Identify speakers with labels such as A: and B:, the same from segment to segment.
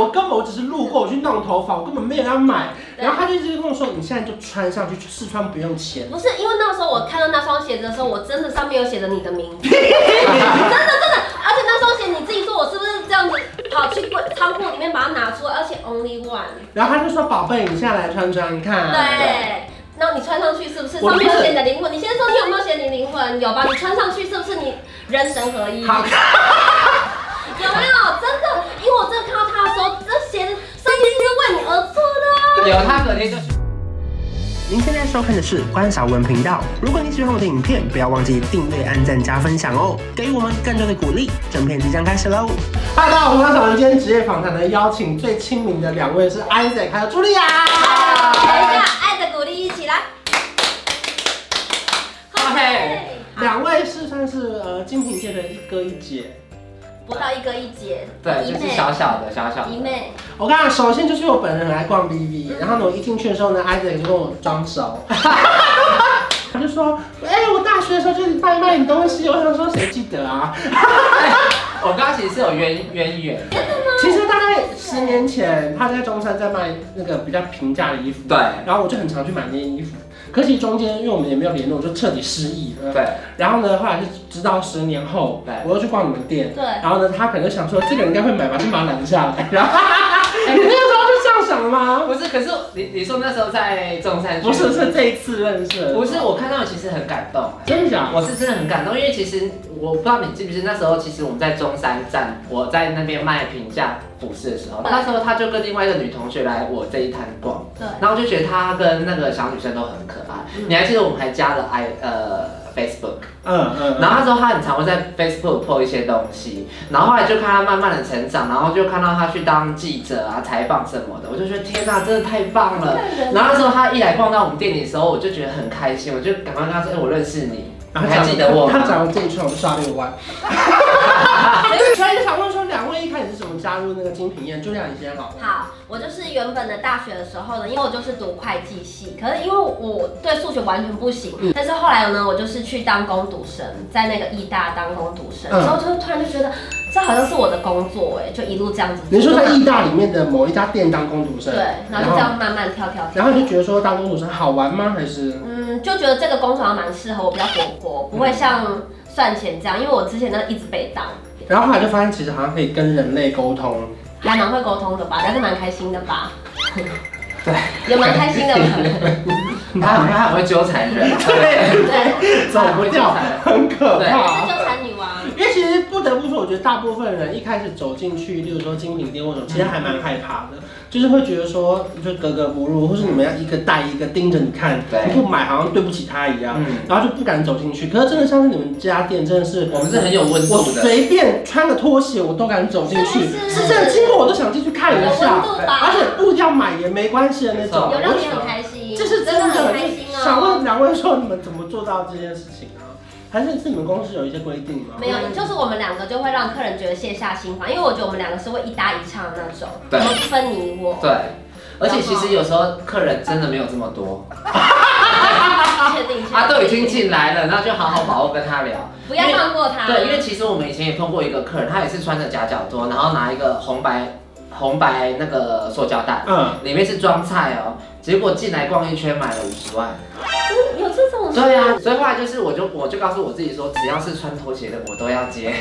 A: 我根本我只是路过，我去弄头发，我根本没有要买。
B: 对
A: 然后他就一直跟我说，你现在就穿上去，试穿不用钱。
B: 不是因为那时候我看到那双鞋子的时候，我真的上面有写着你的名 字，真的真的，而且那双鞋你自己说我是不是这样子跑去柜仓库里面把它拿出来，而且 only one，
A: 然后他就说，宝贝，你下来穿穿看。
B: 对。然后你穿上去是不是
A: 啊我
B: 上
A: 不是
B: 面有写你的灵魂？你先说你有没有写你灵魂？有吧？你穿上去是不是你人神合一？有
A: 好看。
B: 没有？真的，因为我真的看到他的时候，这鞋子设计师为你而做的啊。
C: 有他隔天就是。
A: 您现在收看的是关少文频道。如果你喜欢我的影片，不要忘记订阅、按赞、加分享哦，给予我们更多的鼓励。整片即将开始喽！哈喽，大家好，我是关少文。今天职业访谈呢，邀请最亲民的两位是 Isaac 还有茱莉亚。啊
B: 等一下，爱的鼓励一起来。
C: OK
A: 两位是算是呃精品界的一哥一姐。
B: 不到一哥一姐，
C: 对，
B: 一
C: 就是
B: 妹
C: 小小的小小
B: 一
C: 的。
B: 妹，
A: 我刚刚首先就是我本人很爱逛 BV，然后呢，我一进去的时候呢，Isaac 就跟我装熟， 他就说，哎、我大学的时候就是卖卖你东西，我想说谁记得啊？
C: 我刚刚其实是有渊渊源。
A: 其实大概十年前，他在中山在卖那个比较平价的衣服，
C: 对
A: 然后我就很常去买那些衣服。可是其实中间，因为我们也没有联络，我就彻底失忆了。
C: 对，
A: 然后呢，后来是直到十年后
C: 对，
A: 我又去逛你们店，
B: 对
A: 然后呢，他可能想说这个人应该会买吧，就把他拦 下来。然后你那个时候就这样想的吗？
C: 不是，可是你你说那时候在中山区，
A: 不是，是这一次认识的。
C: 不是，我看到其实很感动。
A: 真的假的？
C: 我是真的很感动，因为其实我不知道你记不记得那时候，其实我们在中山站，我在那边卖平价服饰的时候，
B: 对
C: 那时候她就跟另外一个女同学来我这一摊逛，
B: 对，
C: 然后我就觉得她跟那个小女生都很可爱。
B: 嗯
C: 你还记得我们还加了 i 呃 Facebook，
A: 嗯嗯。
C: 然后那时候她很常会在 Facebook po 一些东西，然后后来就看她慢慢的成长，然后就看到她去当记者啊、采访什么的，我就觉得天哪、真的太棒了。然后那时候她一来逛到我们店里的时候，我就觉得很开心，我就赶快跟她说：“哎、我认识你，你
A: 然后
C: 还记得我
A: 他
C: 吗？”
A: 讲完这一哎串，我就刷六万。所以想问说，两位一开始是怎么加入那个精品宴？就像你先好了。
B: 好，我就是原本的大学的时候呢，因为我就是读会计系，可是因为我对数学完全不行，但是后来呢，我就是去当工读生，在那个艺大当工读生，
A: 嗯
B: 之后就突然就觉得这好像是我的工作哎，就一路这样子做。
A: 你说在艺大里面的某一家店当工读生，
B: 对，然后就这样慢慢跳跳
A: 然
B: 跳。
A: 后你就觉得说当工读生好玩吗？还是
B: 嗯，就觉得这个工作好像蛮适合我，比较活泼，不会像算钱这样，因为我之前呢一直被当，
A: 然后后来就发现其实好像可以跟人类沟通，
B: 还蛮会沟通的吧，但是蛮开心的吧，
C: 对，
B: 也蛮开心的 吧，
C: 他很他很会纠缠人，
B: 对。
A: 走不掉，很可
B: 是
A: 怕。
B: 纠缠女王，
A: 因为其实不得不说，我觉得大部分人一开始走进去，例如说精品店或者什么，其实还蛮害怕的，就是会觉得说就格格不入，或是你们要一个带一个盯着你看，
C: 对
A: 你不买好像对不起他一样，
C: 嗯，
A: 然后就不敢走进去。可是真的像是你们这家店，真的是
C: 我们是很有温
A: 我
C: 度的，
A: 随便穿个拖鞋，我都敢走进去，
B: 是
A: 是真的经过我都想进去看一
B: 有温
A: 下，
B: 度
A: 而
B: 吧？
A: 且不一定要买也没关系的啊那种。
B: 有让你很开心，
A: 这是真的
B: 很开心
A: 想
B: 哦。
A: 问两位说你们怎么做到这件事情啊？还是是你们公司有一些规定吗？
B: 没有，就是我们两个就会让客人觉得卸下心防，因为我觉得我们两个是会一搭一唱的那种，
C: 对
B: 然后分你 我，
C: 对，而且其实有时候客人真的没有这么多，
B: 确定
C: 他啊都已经，进来了，那就好好把握跟他聊。
B: 不要放过他。
C: 对，因为其实我们以前也碰过一个客人，他也是穿着夹脚拖，然后拿一个红白红白那个塑胶袋，
A: 嗯，
C: 里面是装菜哦，结果进来逛一圈买了五十万。
B: 嗯有这种事
C: 对啊，所以后来就是我就我就告诉我自己说，只要是穿拖鞋的我都要接，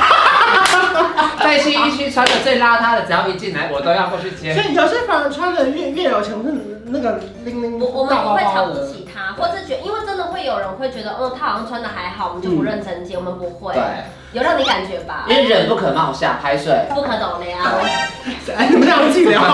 C: 在新一区穿的最邋遢的，只要一进来我都要过去接。
A: 所以有些反而穿的越越有钱，或是那个拎拎
B: 我我们
A: 大
B: 不
A: 包
B: 会瞧
A: 包
B: 不
A: 的，
B: 起他，或是觉，因为真的会有人会觉得，嗯，他好像穿的还好，我们就不认真接，我们不会，
C: 嗯对，
B: 有让你感觉吧？
C: 因为人不可貌相，拍水。
B: 不可懂的呀。啊
A: 哎，你们俩自己聊。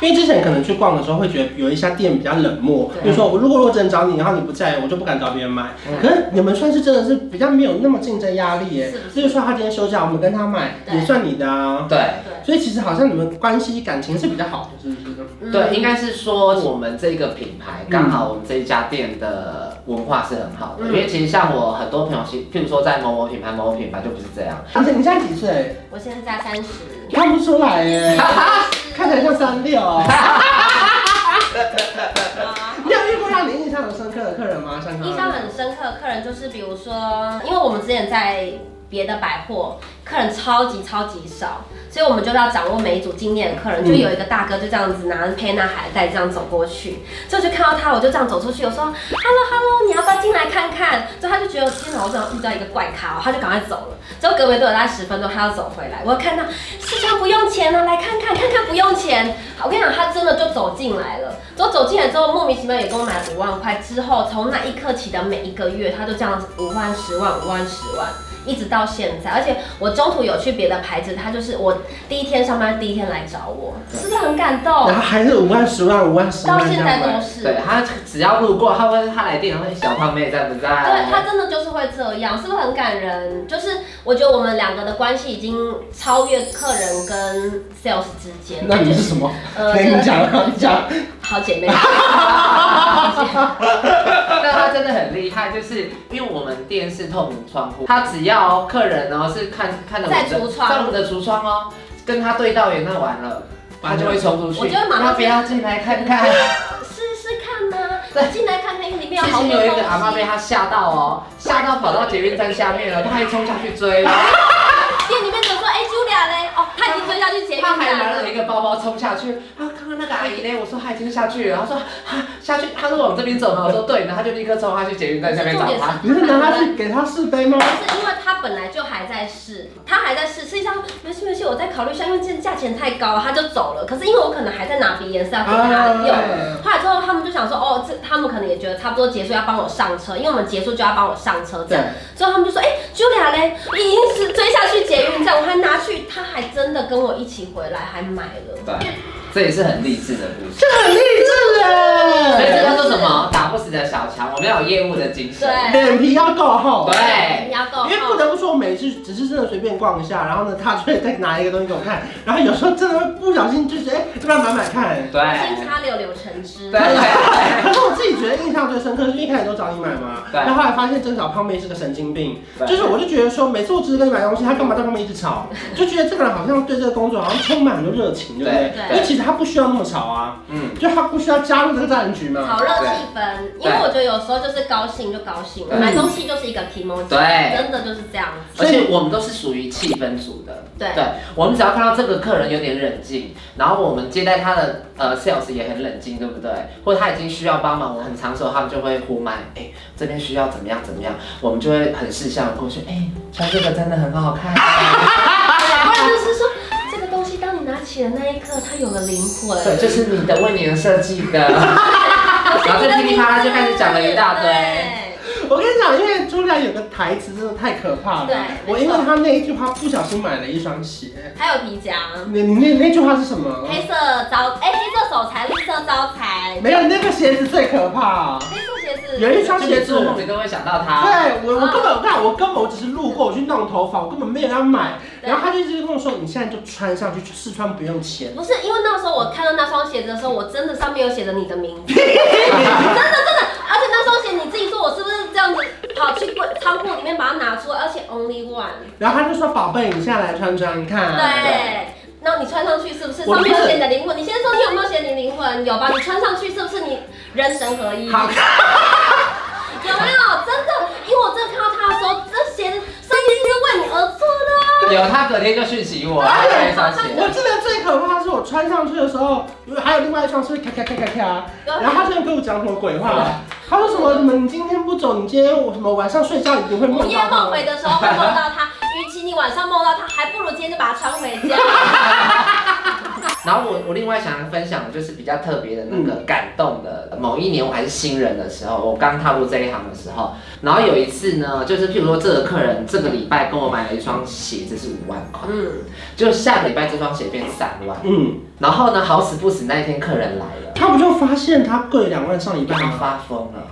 A: 因为之前可能去逛的时候，会觉得有一家店比较冷漠，
B: 对
A: 比如说我如果我只能找你，然后你不在，我就不敢找别人买。
C: 嗯
A: 可是你们算是真的是比较没有那么竞争压力耶
B: 是不，是
A: 就是说他今天休假，我们跟他买
B: 对
A: 也算你的啊。
C: 对
B: 对
A: 所以其实好像你们关系感情是比较好的，是不是？
C: 对，应
B: 该嗯
C: 该是说我们这个品牌刚好我们这一家店的文化是很好
A: 嗯
C: 的，因为其实像我很多朋友，其譬如说在某某品牌、某某品牌就不是这样。
A: 而且你现在几岁？
B: 我现在在三十，
A: 看不出来耶，看起来像三六。
B: 啊
A: 你有遇过让你印象很深刻的客人吗？像他
B: 印象很深刻的客人就是，比如说，因为我们之前在别的百货，客人超级超级少，所以我们就要掌握每一组经验的客人。就有一个大哥就这样子拿着沛纳海带这样走过去，所以我就看到他，我就这样走出去，我说 “hello hello”，你要不要进来看看？所以他就觉得天哪，我怎么遇到一个怪咖、哦，他就赶快走了。之后隔没多久，大概十分钟，他要走回来，我看到市场不用钱呢、来看看，看看不用钱。好我跟你讲，他真的就走进来了。之后走进来之后，莫名其妙也给我买了五万块。之后从那一刻起的每一个月，他就这样子五万、十万、五万、十万。一直到现在，而且我中途有去别的牌子，他就是我第一天上班第一天来找我，是不是很感动
A: 然？后还是五万、十万、五万、十万
B: 到
A: 这
B: 现
A: 样
B: 在都
A: 买。
B: 是。
C: 对他只要路过，他会他来店会小胖妹在不在？
B: 对他真的就是会这样，是不是很感人？就是我觉得我们两个的关系已经超越客人跟 sales 之间。
A: 那你是什么？
B: 呃，
A: 哎
B: 这
A: 你
B: 个
A: 讲啊，你讲。
B: 好 姐妹。
C: 那他真的很厉害，就是因为我们店是透明窗户，他只要客人哦是看看着我们
B: 在
C: 的
B: 橱窗
C: 在我们的橱窗哦，跟他对到眼那完了，他就会冲出去，
B: 我觉得马上
C: 要不要进来看看？
B: 试试看呐、
C: 对
B: 进来看看，因为里面有
C: 之
B: 好
C: 前
B: 多
C: 有一个阿妈
B: 东
C: 被
B: 西。
C: 他吓到哦，吓到跑到捷运站下面了，他还冲下去追了，
B: 店里面怎么说？哎、j u l i a 嘞？哦，她已经追下去前面
C: 他还拿
B: 了
C: 了。一个包包冲下去，啊，刚刚那个阿姨呢？我说她已经下去了，他说啊下去，他说往这边走呢，我说对，然后他就立刻冲下去捷运站下面找
B: 重点是
C: 他。
A: 你是拿他去给他试 杯吗？
B: 是因为他本来就还在试，他还在试，实际上没事没事，我再考虑一下，因为这价钱太高了，他就走了。可是因为我可能还在拿鼻炎是要给他用，
A: 啊
B: 后来之后他们就想说，哦，这他们可能也觉得差不多结束要帮我上车，因为我们结束就要帮我上车这样。所以他们就说，哎、j u l i a 嘞，已经是追下去捷运站，我还拿去，他还真的跟我一起回来，还买了。
C: 对，这也是很励志的故事。
A: 这很励志
C: 所以这
A: 哎，
C: 叫做什么？打不死的小强，我们要有业务的精神。
B: 对
A: 脸皮要够厚。
C: 对，
B: 要够
A: 因为不
B: 厚。
A: 得不说，我每次只是真的随便逛一下，然后呢，他就会再拿一个东西给我看，然后有时候真的会不小心就是哎，要不要买买看？
C: 对，
B: 金插柳柳橙汁，
C: 对，
A: 可是我自己觉得印象最深刻，是一开始都找你买嘛，
C: 对
A: 然后后来发现真小胖妹是个神经病，
C: 对
A: 就是我就觉得说，每次我只是跟你买东西，她干嘛在旁边一直吵，就觉得这个人好像对这个工作好像充满了热情，对不对
C: 对？
A: 因为
C: 对，
A: 其实他不需要那么吵啊，
C: 嗯，
A: 就他不需要加入这个战局嘛。
B: 炒热气氛，因为我觉得有时候就是高兴就高兴，
C: 对
B: 买东西就是一个 e m o
C: 对。
B: 真的就是这样子。
C: 而且我们都是属于气氛组的，
B: 对
C: 对，我们只要看到这个客人有点冷静，然后我们接待他的呃 sales 也很冷静，对不对？或者他已经需要帮忙，我很常时候他们就会呼麦，哎、这边需要怎么样怎么样，我们就会很识相地过去，哎、穿这个真的很好看，啊
B: 或者是说，这个东西当你拿起的那一刻，它有了灵魂。
C: 对，这是你的为你而设计的。然后就噼里啪啦就开始讲了一大堆。
B: 对
A: 我跟你讲，因为朱莉亚有个台词真的太可怕了，
B: 对
A: 我
B: 没
A: 因
B: 错
A: 为她那一句话不小心买了一双鞋，
B: 还有皮夹，
A: 你你那那句话是什么？
B: 黑色招，哎，黑色手财，绿色招财。
A: 没有，那个鞋子最可怕、
B: 黑色鞋子。
A: 有一双
C: 就
A: 鞋
C: 你
A: 子
C: 做梦你都会想到他。
A: 对我，我
B: 啊
A: 根本我看我根本我只是路过，我去弄头发，我根本没有要买。
B: 对
A: 然后他就一直跟我说，你现在就穿上去，试穿不用钱。
B: 不是因为那时候我看到那双鞋子的时候，我真的上面有写着你的名 字，真的真的，而且那双鞋你自己说我是不是这样子跑去柜仓库里面把它拿出来，而且 only one，
A: 然后他就说，宝贝，你现在来穿穿看。
B: 对。然后你穿上去是不是
A: 嗯我
B: 上
A: 不是
B: 面有写你的灵魂？你先说你有没有写你灵魂？有吧？你穿上去是不是你人神合一？有没
A: 好看，
B: 有？真的，因为我真的看到他的时候，这鞋设计师是为你而做 的啊。
C: 有他隔天就讯息我，
A: 哎
C: 他一
A: 我
C: 双鞋。
A: 记得最可怕的是我穿上去的时候，因为还有另外一双是咔咔咔咔咔，然后他居然跟我讲什么鬼话，他说什么什么你今天不走，你今天我什么晚上睡觉一定会梦
B: 午夜
A: 到他
B: 梦回的时候会梦到他，与其你晚上梦到他，还不如今天就把它穿回家。
C: 然后我我另外想分享的就是比较特别的那个感动的，某一年我还是新人的时候，我刚踏入这一行的时候，然后有一次呢，就是譬如说这个客人这个礼拜跟我买了一双鞋子是五万块，
B: 嗯。
C: 就下个礼拜这双鞋变三万，
A: 嗯，
C: 然后呢好死不死那一天客人来了。
A: 他不就发现他贵两万上一半
C: 他
A: 吗？
C: 发疯了，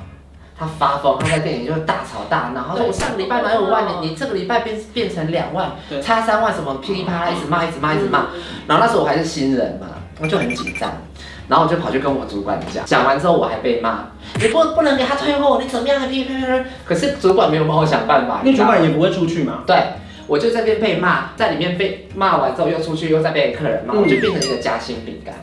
C: 他发疯，他在店里就大吵大闹。他说：“我上个礼拜买五万，你你这个礼拜变变成两万
A: 对，
C: 差三万，什么噼里啪啦一直骂，一直骂，一直骂。”然后那时候我还是新人嘛，我就很紧张，然后我就跑去跟我主管讲，讲完之后我还被骂，你不不能给他退货，你怎么样？噼里啪啦。可是主管没有帮我想办法，
A: 那主管
C: 也
A: 也不会出去嘛。
C: 对。我就在这边被骂，在里面被骂完之后又出去，又再被客人骂，
A: 嗯
C: 我就变成一个夹心饼干。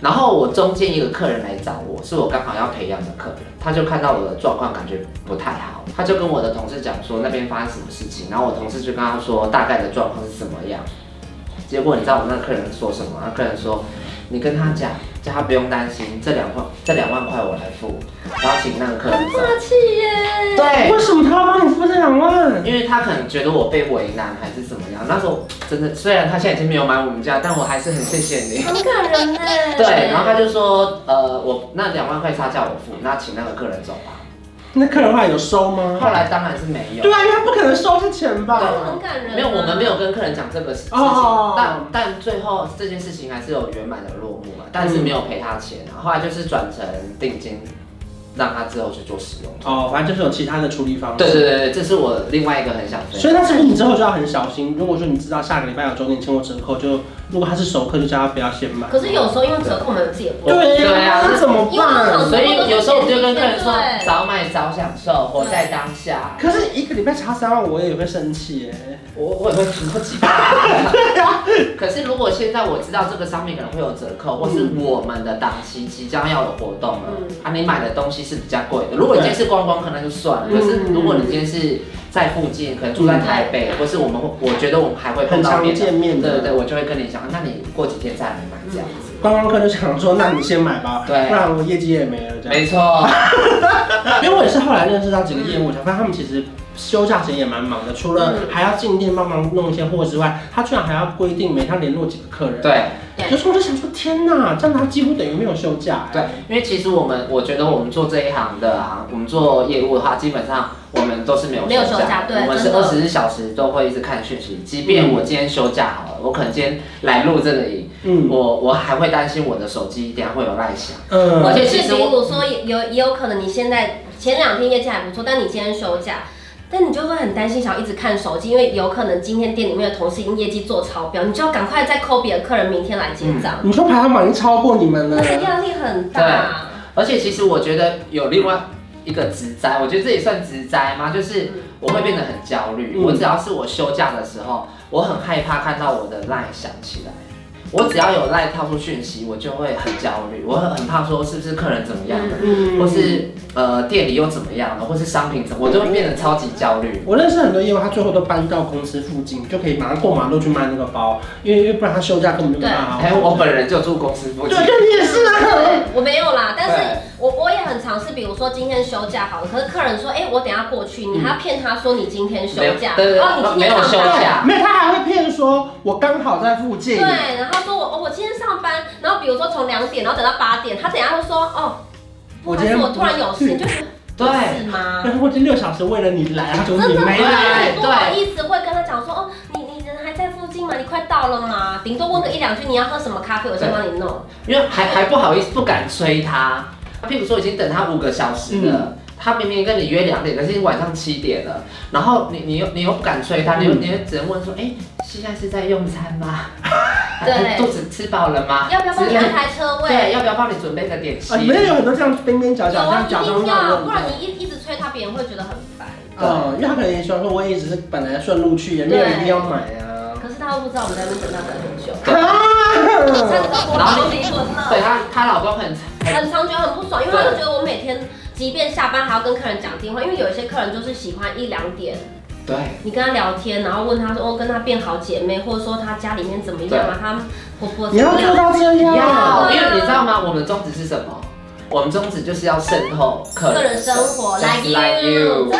C: 然后我中间一个客人来找我，是我刚好要培养的客人，他就看到我的状况感觉不太好，他就跟我的同事讲说那边发生什么事情，然后我同事就跟他说大概的状况是怎么样。结果你知道我那个客人说什么？那客人说，你跟他讲，叫他不用担心，这两万这两万块我来付，然后请那个客人走。
B: 大气耶！
C: 对
A: 哎为，什么他要帮你付这两万？
C: 因为他可能觉得我被为难还是怎么样。那时候真的，虽然他现在已经没有买我们家，但我还是很谢谢 你。
B: 很感人呢。
C: 对，然后他就说，呃，我那两万块差价我付，那请那个客人走吧。
A: 那客人后来有收吗？
C: 后来当然是没
A: 嗯
C: 有
A: 对。啊，因为他不可能收这钱
C: 对
A: 吧
B: 很？感人啊。
C: 没有，我们没有跟客人讲这个事情，
A: 哦
C: 但但最后这件事情还是有圆满的落幕嘛，但是没有赔他钱
A: 嗯
C: 啊，后来就是转成定金，让他之后去做使用。
A: 哦，反正就是有其他的处理方式。
C: 对对对对，这是我另外一个很想分享。
A: 所以那是不是你之后就要很小心？如果说你知道下个礼拜有周年庆或折扣，就如果他是熟客，就叫他不要先买。
B: 可是有时候因为折扣，我们自己也不会。
A: 对
C: 对啊
A: 那怎么
B: 因为我们
A: 办？
C: 所以有时候我就跟客人说
B: 对，
C: 早买早享受，活在当下。
A: 可是一个礼拜差三万，我也会生气耶。
C: 我我也会多几百。对啊。嗯可是如果现在我知道这个商品可能会有折扣，或是我们的档期即将要有活动了，
B: 嗯
C: 啊，你买的东西是比较贵的。如果你今天是观光，可能就算了。
A: 嗯
C: 可是如果你今天是在附近，可能住在台北，或是我们会，我觉得我们还会碰
A: 很
C: 到
A: 常
C: 面的。
A: 见面
C: 对对
A: 的，
C: 对，我就会跟你讲，那你过几天再来买这样子。
A: 观光客就想说，那你先买吧，不
C: 对
A: 然我业绩也没了这样。
C: 没错，
A: 因为我也是后来认识到几个业
C: 嗯
A: 务，我才发现他们其实休假时间也蛮忙的，除了还要进店帮忙弄一些货之外，他居然还要规定每趟联络几个客人。，
C: 对。
A: 有时候我就想说，天哪，这样他几乎等于没有休假。欸
C: 对，，因为其实我们，我觉得我们做这一行的啊，我们做业务的话，基本上我们都是没有
B: 没有休假对
C: 我们是
B: 真
C: 二
B: 的嗯
C: 十四小时都会一直看讯息。即便我今天休假好了，我可能今天来录这个影，
A: 嗯
C: 我我还会担心我的手机等一下会有赖响。
A: 嗯
B: 而
C: 而
B: 且
C: 且
B: 其
C: 其
B: 实
C: 实
B: 比
C: 我
B: 如说也有也有可能你现在前两天业绩还不错，但你今天休假。但你就会很担心，想要一直看手机，因为有可能今天店里面的同事已经业绩做超标，你就要赶快再扣别的客人，明天来结账，
A: 你说排行榜已经超过你们
B: 那
C: 嗯
A: 了，
B: 个压力很大。
C: 而且其实我觉得有另外一个职灾，我觉得这也算职灾吗？就是我会变得很焦虑。
A: 嗯
C: 我只要是我休假的时候，我很害怕看到我的 line 响起来。我只要有 line 跳出讯息，我就会很焦虑，我很很怕说是不是客人怎么样了，
A: 嗯
C: 或是呃店里又怎么样了，或是商品怎么，我就会变得超级焦虑。
A: 我认识很多业务，他最后都搬到公司附近，就可以马上过马路去卖那个包，因为因为不然他休假根本就没办法。啊
C: 还有哎我本人就住公司
A: 嗯
C: 附
A: 对，
C: 近，
A: 就你也是啊。
B: 对， 我没有啦，但是
C: 对
B: 我我也很尝试，比如说今天休假好了，可是客人说，哎、我等一下过去，你还要骗他说你今天休假，
C: 没有对对对
B: 哦，你今天上
C: 没有休
B: 班
C: 假
A: 没有，他还会骗说，我刚好在附近。
B: 对，然后说我、哦、我今天上班，然后比如说从两点，然后等到八点，他等一下会说哦，不
A: 我
B: 好
A: 今
B: 意
A: 天
B: 思，我突然有事，
A: 去
B: 你就觉得
C: 对
B: 是吗？
A: 然后我这六小时为了你来，他啊就
B: 真
A: 说你
B: 的
A: 没来。
B: 会不好意思，会跟他讲说哦，你你人还在附近吗？你快到了吗？顶多问个一两句，你要喝什么咖啡，我先帮你弄。
C: 因为还还不好意思，不敢催他。啊譬如说，已经等他五个小时了，他明明跟你约两点，可是你晚上七点了，然后你你又你又不敢催他，你又
A: 嗯
C: 你又只能问说，哎、现在是在用餐吗？
B: 对
C: 肚子吃饱了吗？
B: 要不要帮
C: 之
B: 你
C: 类
B: 安排车
C: 对，
B: 位？
C: 要不要帮你准备个点
A: 啊，
C: 心？
A: 你们有很多这样边边角
B: 有
A: 角这
B: 啊，
A: 样假
B: 一
A: 装
B: 定要，
A: 哦要
B: 不然你一一直催他，别人会觉得很烦。
A: 嗯，因为他可能也喜欢说，我也只是本来顺路去，也没有一定要买啊。
B: 可是他又不知道我们在那边等他等很久，他
A: 啊！
B: 我老公离婚了
C: 对。他他老公很很
B: 很常觉得很不爽，因为他就觉得我每天即便下班还要跟客人讲电话，因为有一些客人就是喜欢一两点
C: 对。
B: 你跟他聊天，然后问他说哦跟他变好姐妹，或者说他家里面怎么样啊，他婆婆怎
A: 你要
B: 么
A: 做
B: 样。
A: 到这样，啊
C: 要，因为你知道吗？我们宗旨是什么？我们宗旨就是要渗透客
B: 个
C: 人
B: 人
C: 的
B: 生活
C: Just
B: like
C: like
B: you，真
C: you
B: 的，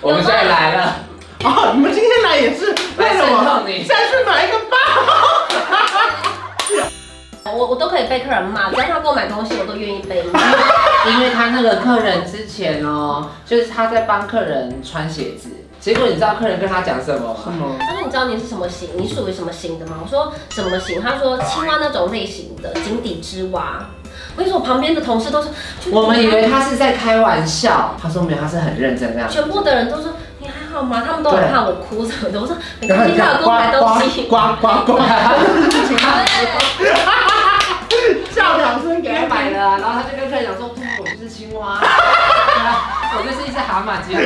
C: 我们现在来了。
A: 哦，你们今天来也是为了
C: 来渗
A: 我
C: 透你
A: 再去买一个
B: 我我都可以被客人骂，只要他给我买东西，我都愿意被骂。
C: 因为他那个客人之前哦，就是他在帮客人穿鞋子，结果你知道客人跟他讲什么吗？
A: 包。
B: 他说你知道你是什么型，你属于什么型的吗？我说什么型？他说青蛙那种类型的井底之蛙。我跟你说，我旁边的同事都说，
C: 我们以为他是在开玩笑，他说没有，他是很认真 这样。
B: 全部的人都说你还好吗？他们都很怕我哭什么的。我说没
A: 然后你这样
B: 关系，他有给我买东西。
A: 呱呱呱， 叫两声给
C: 给他
A: 他买。
C: 买了 啊、然后他就跟客人讲说，我就是青蛙，我就是一只蛤蟆精。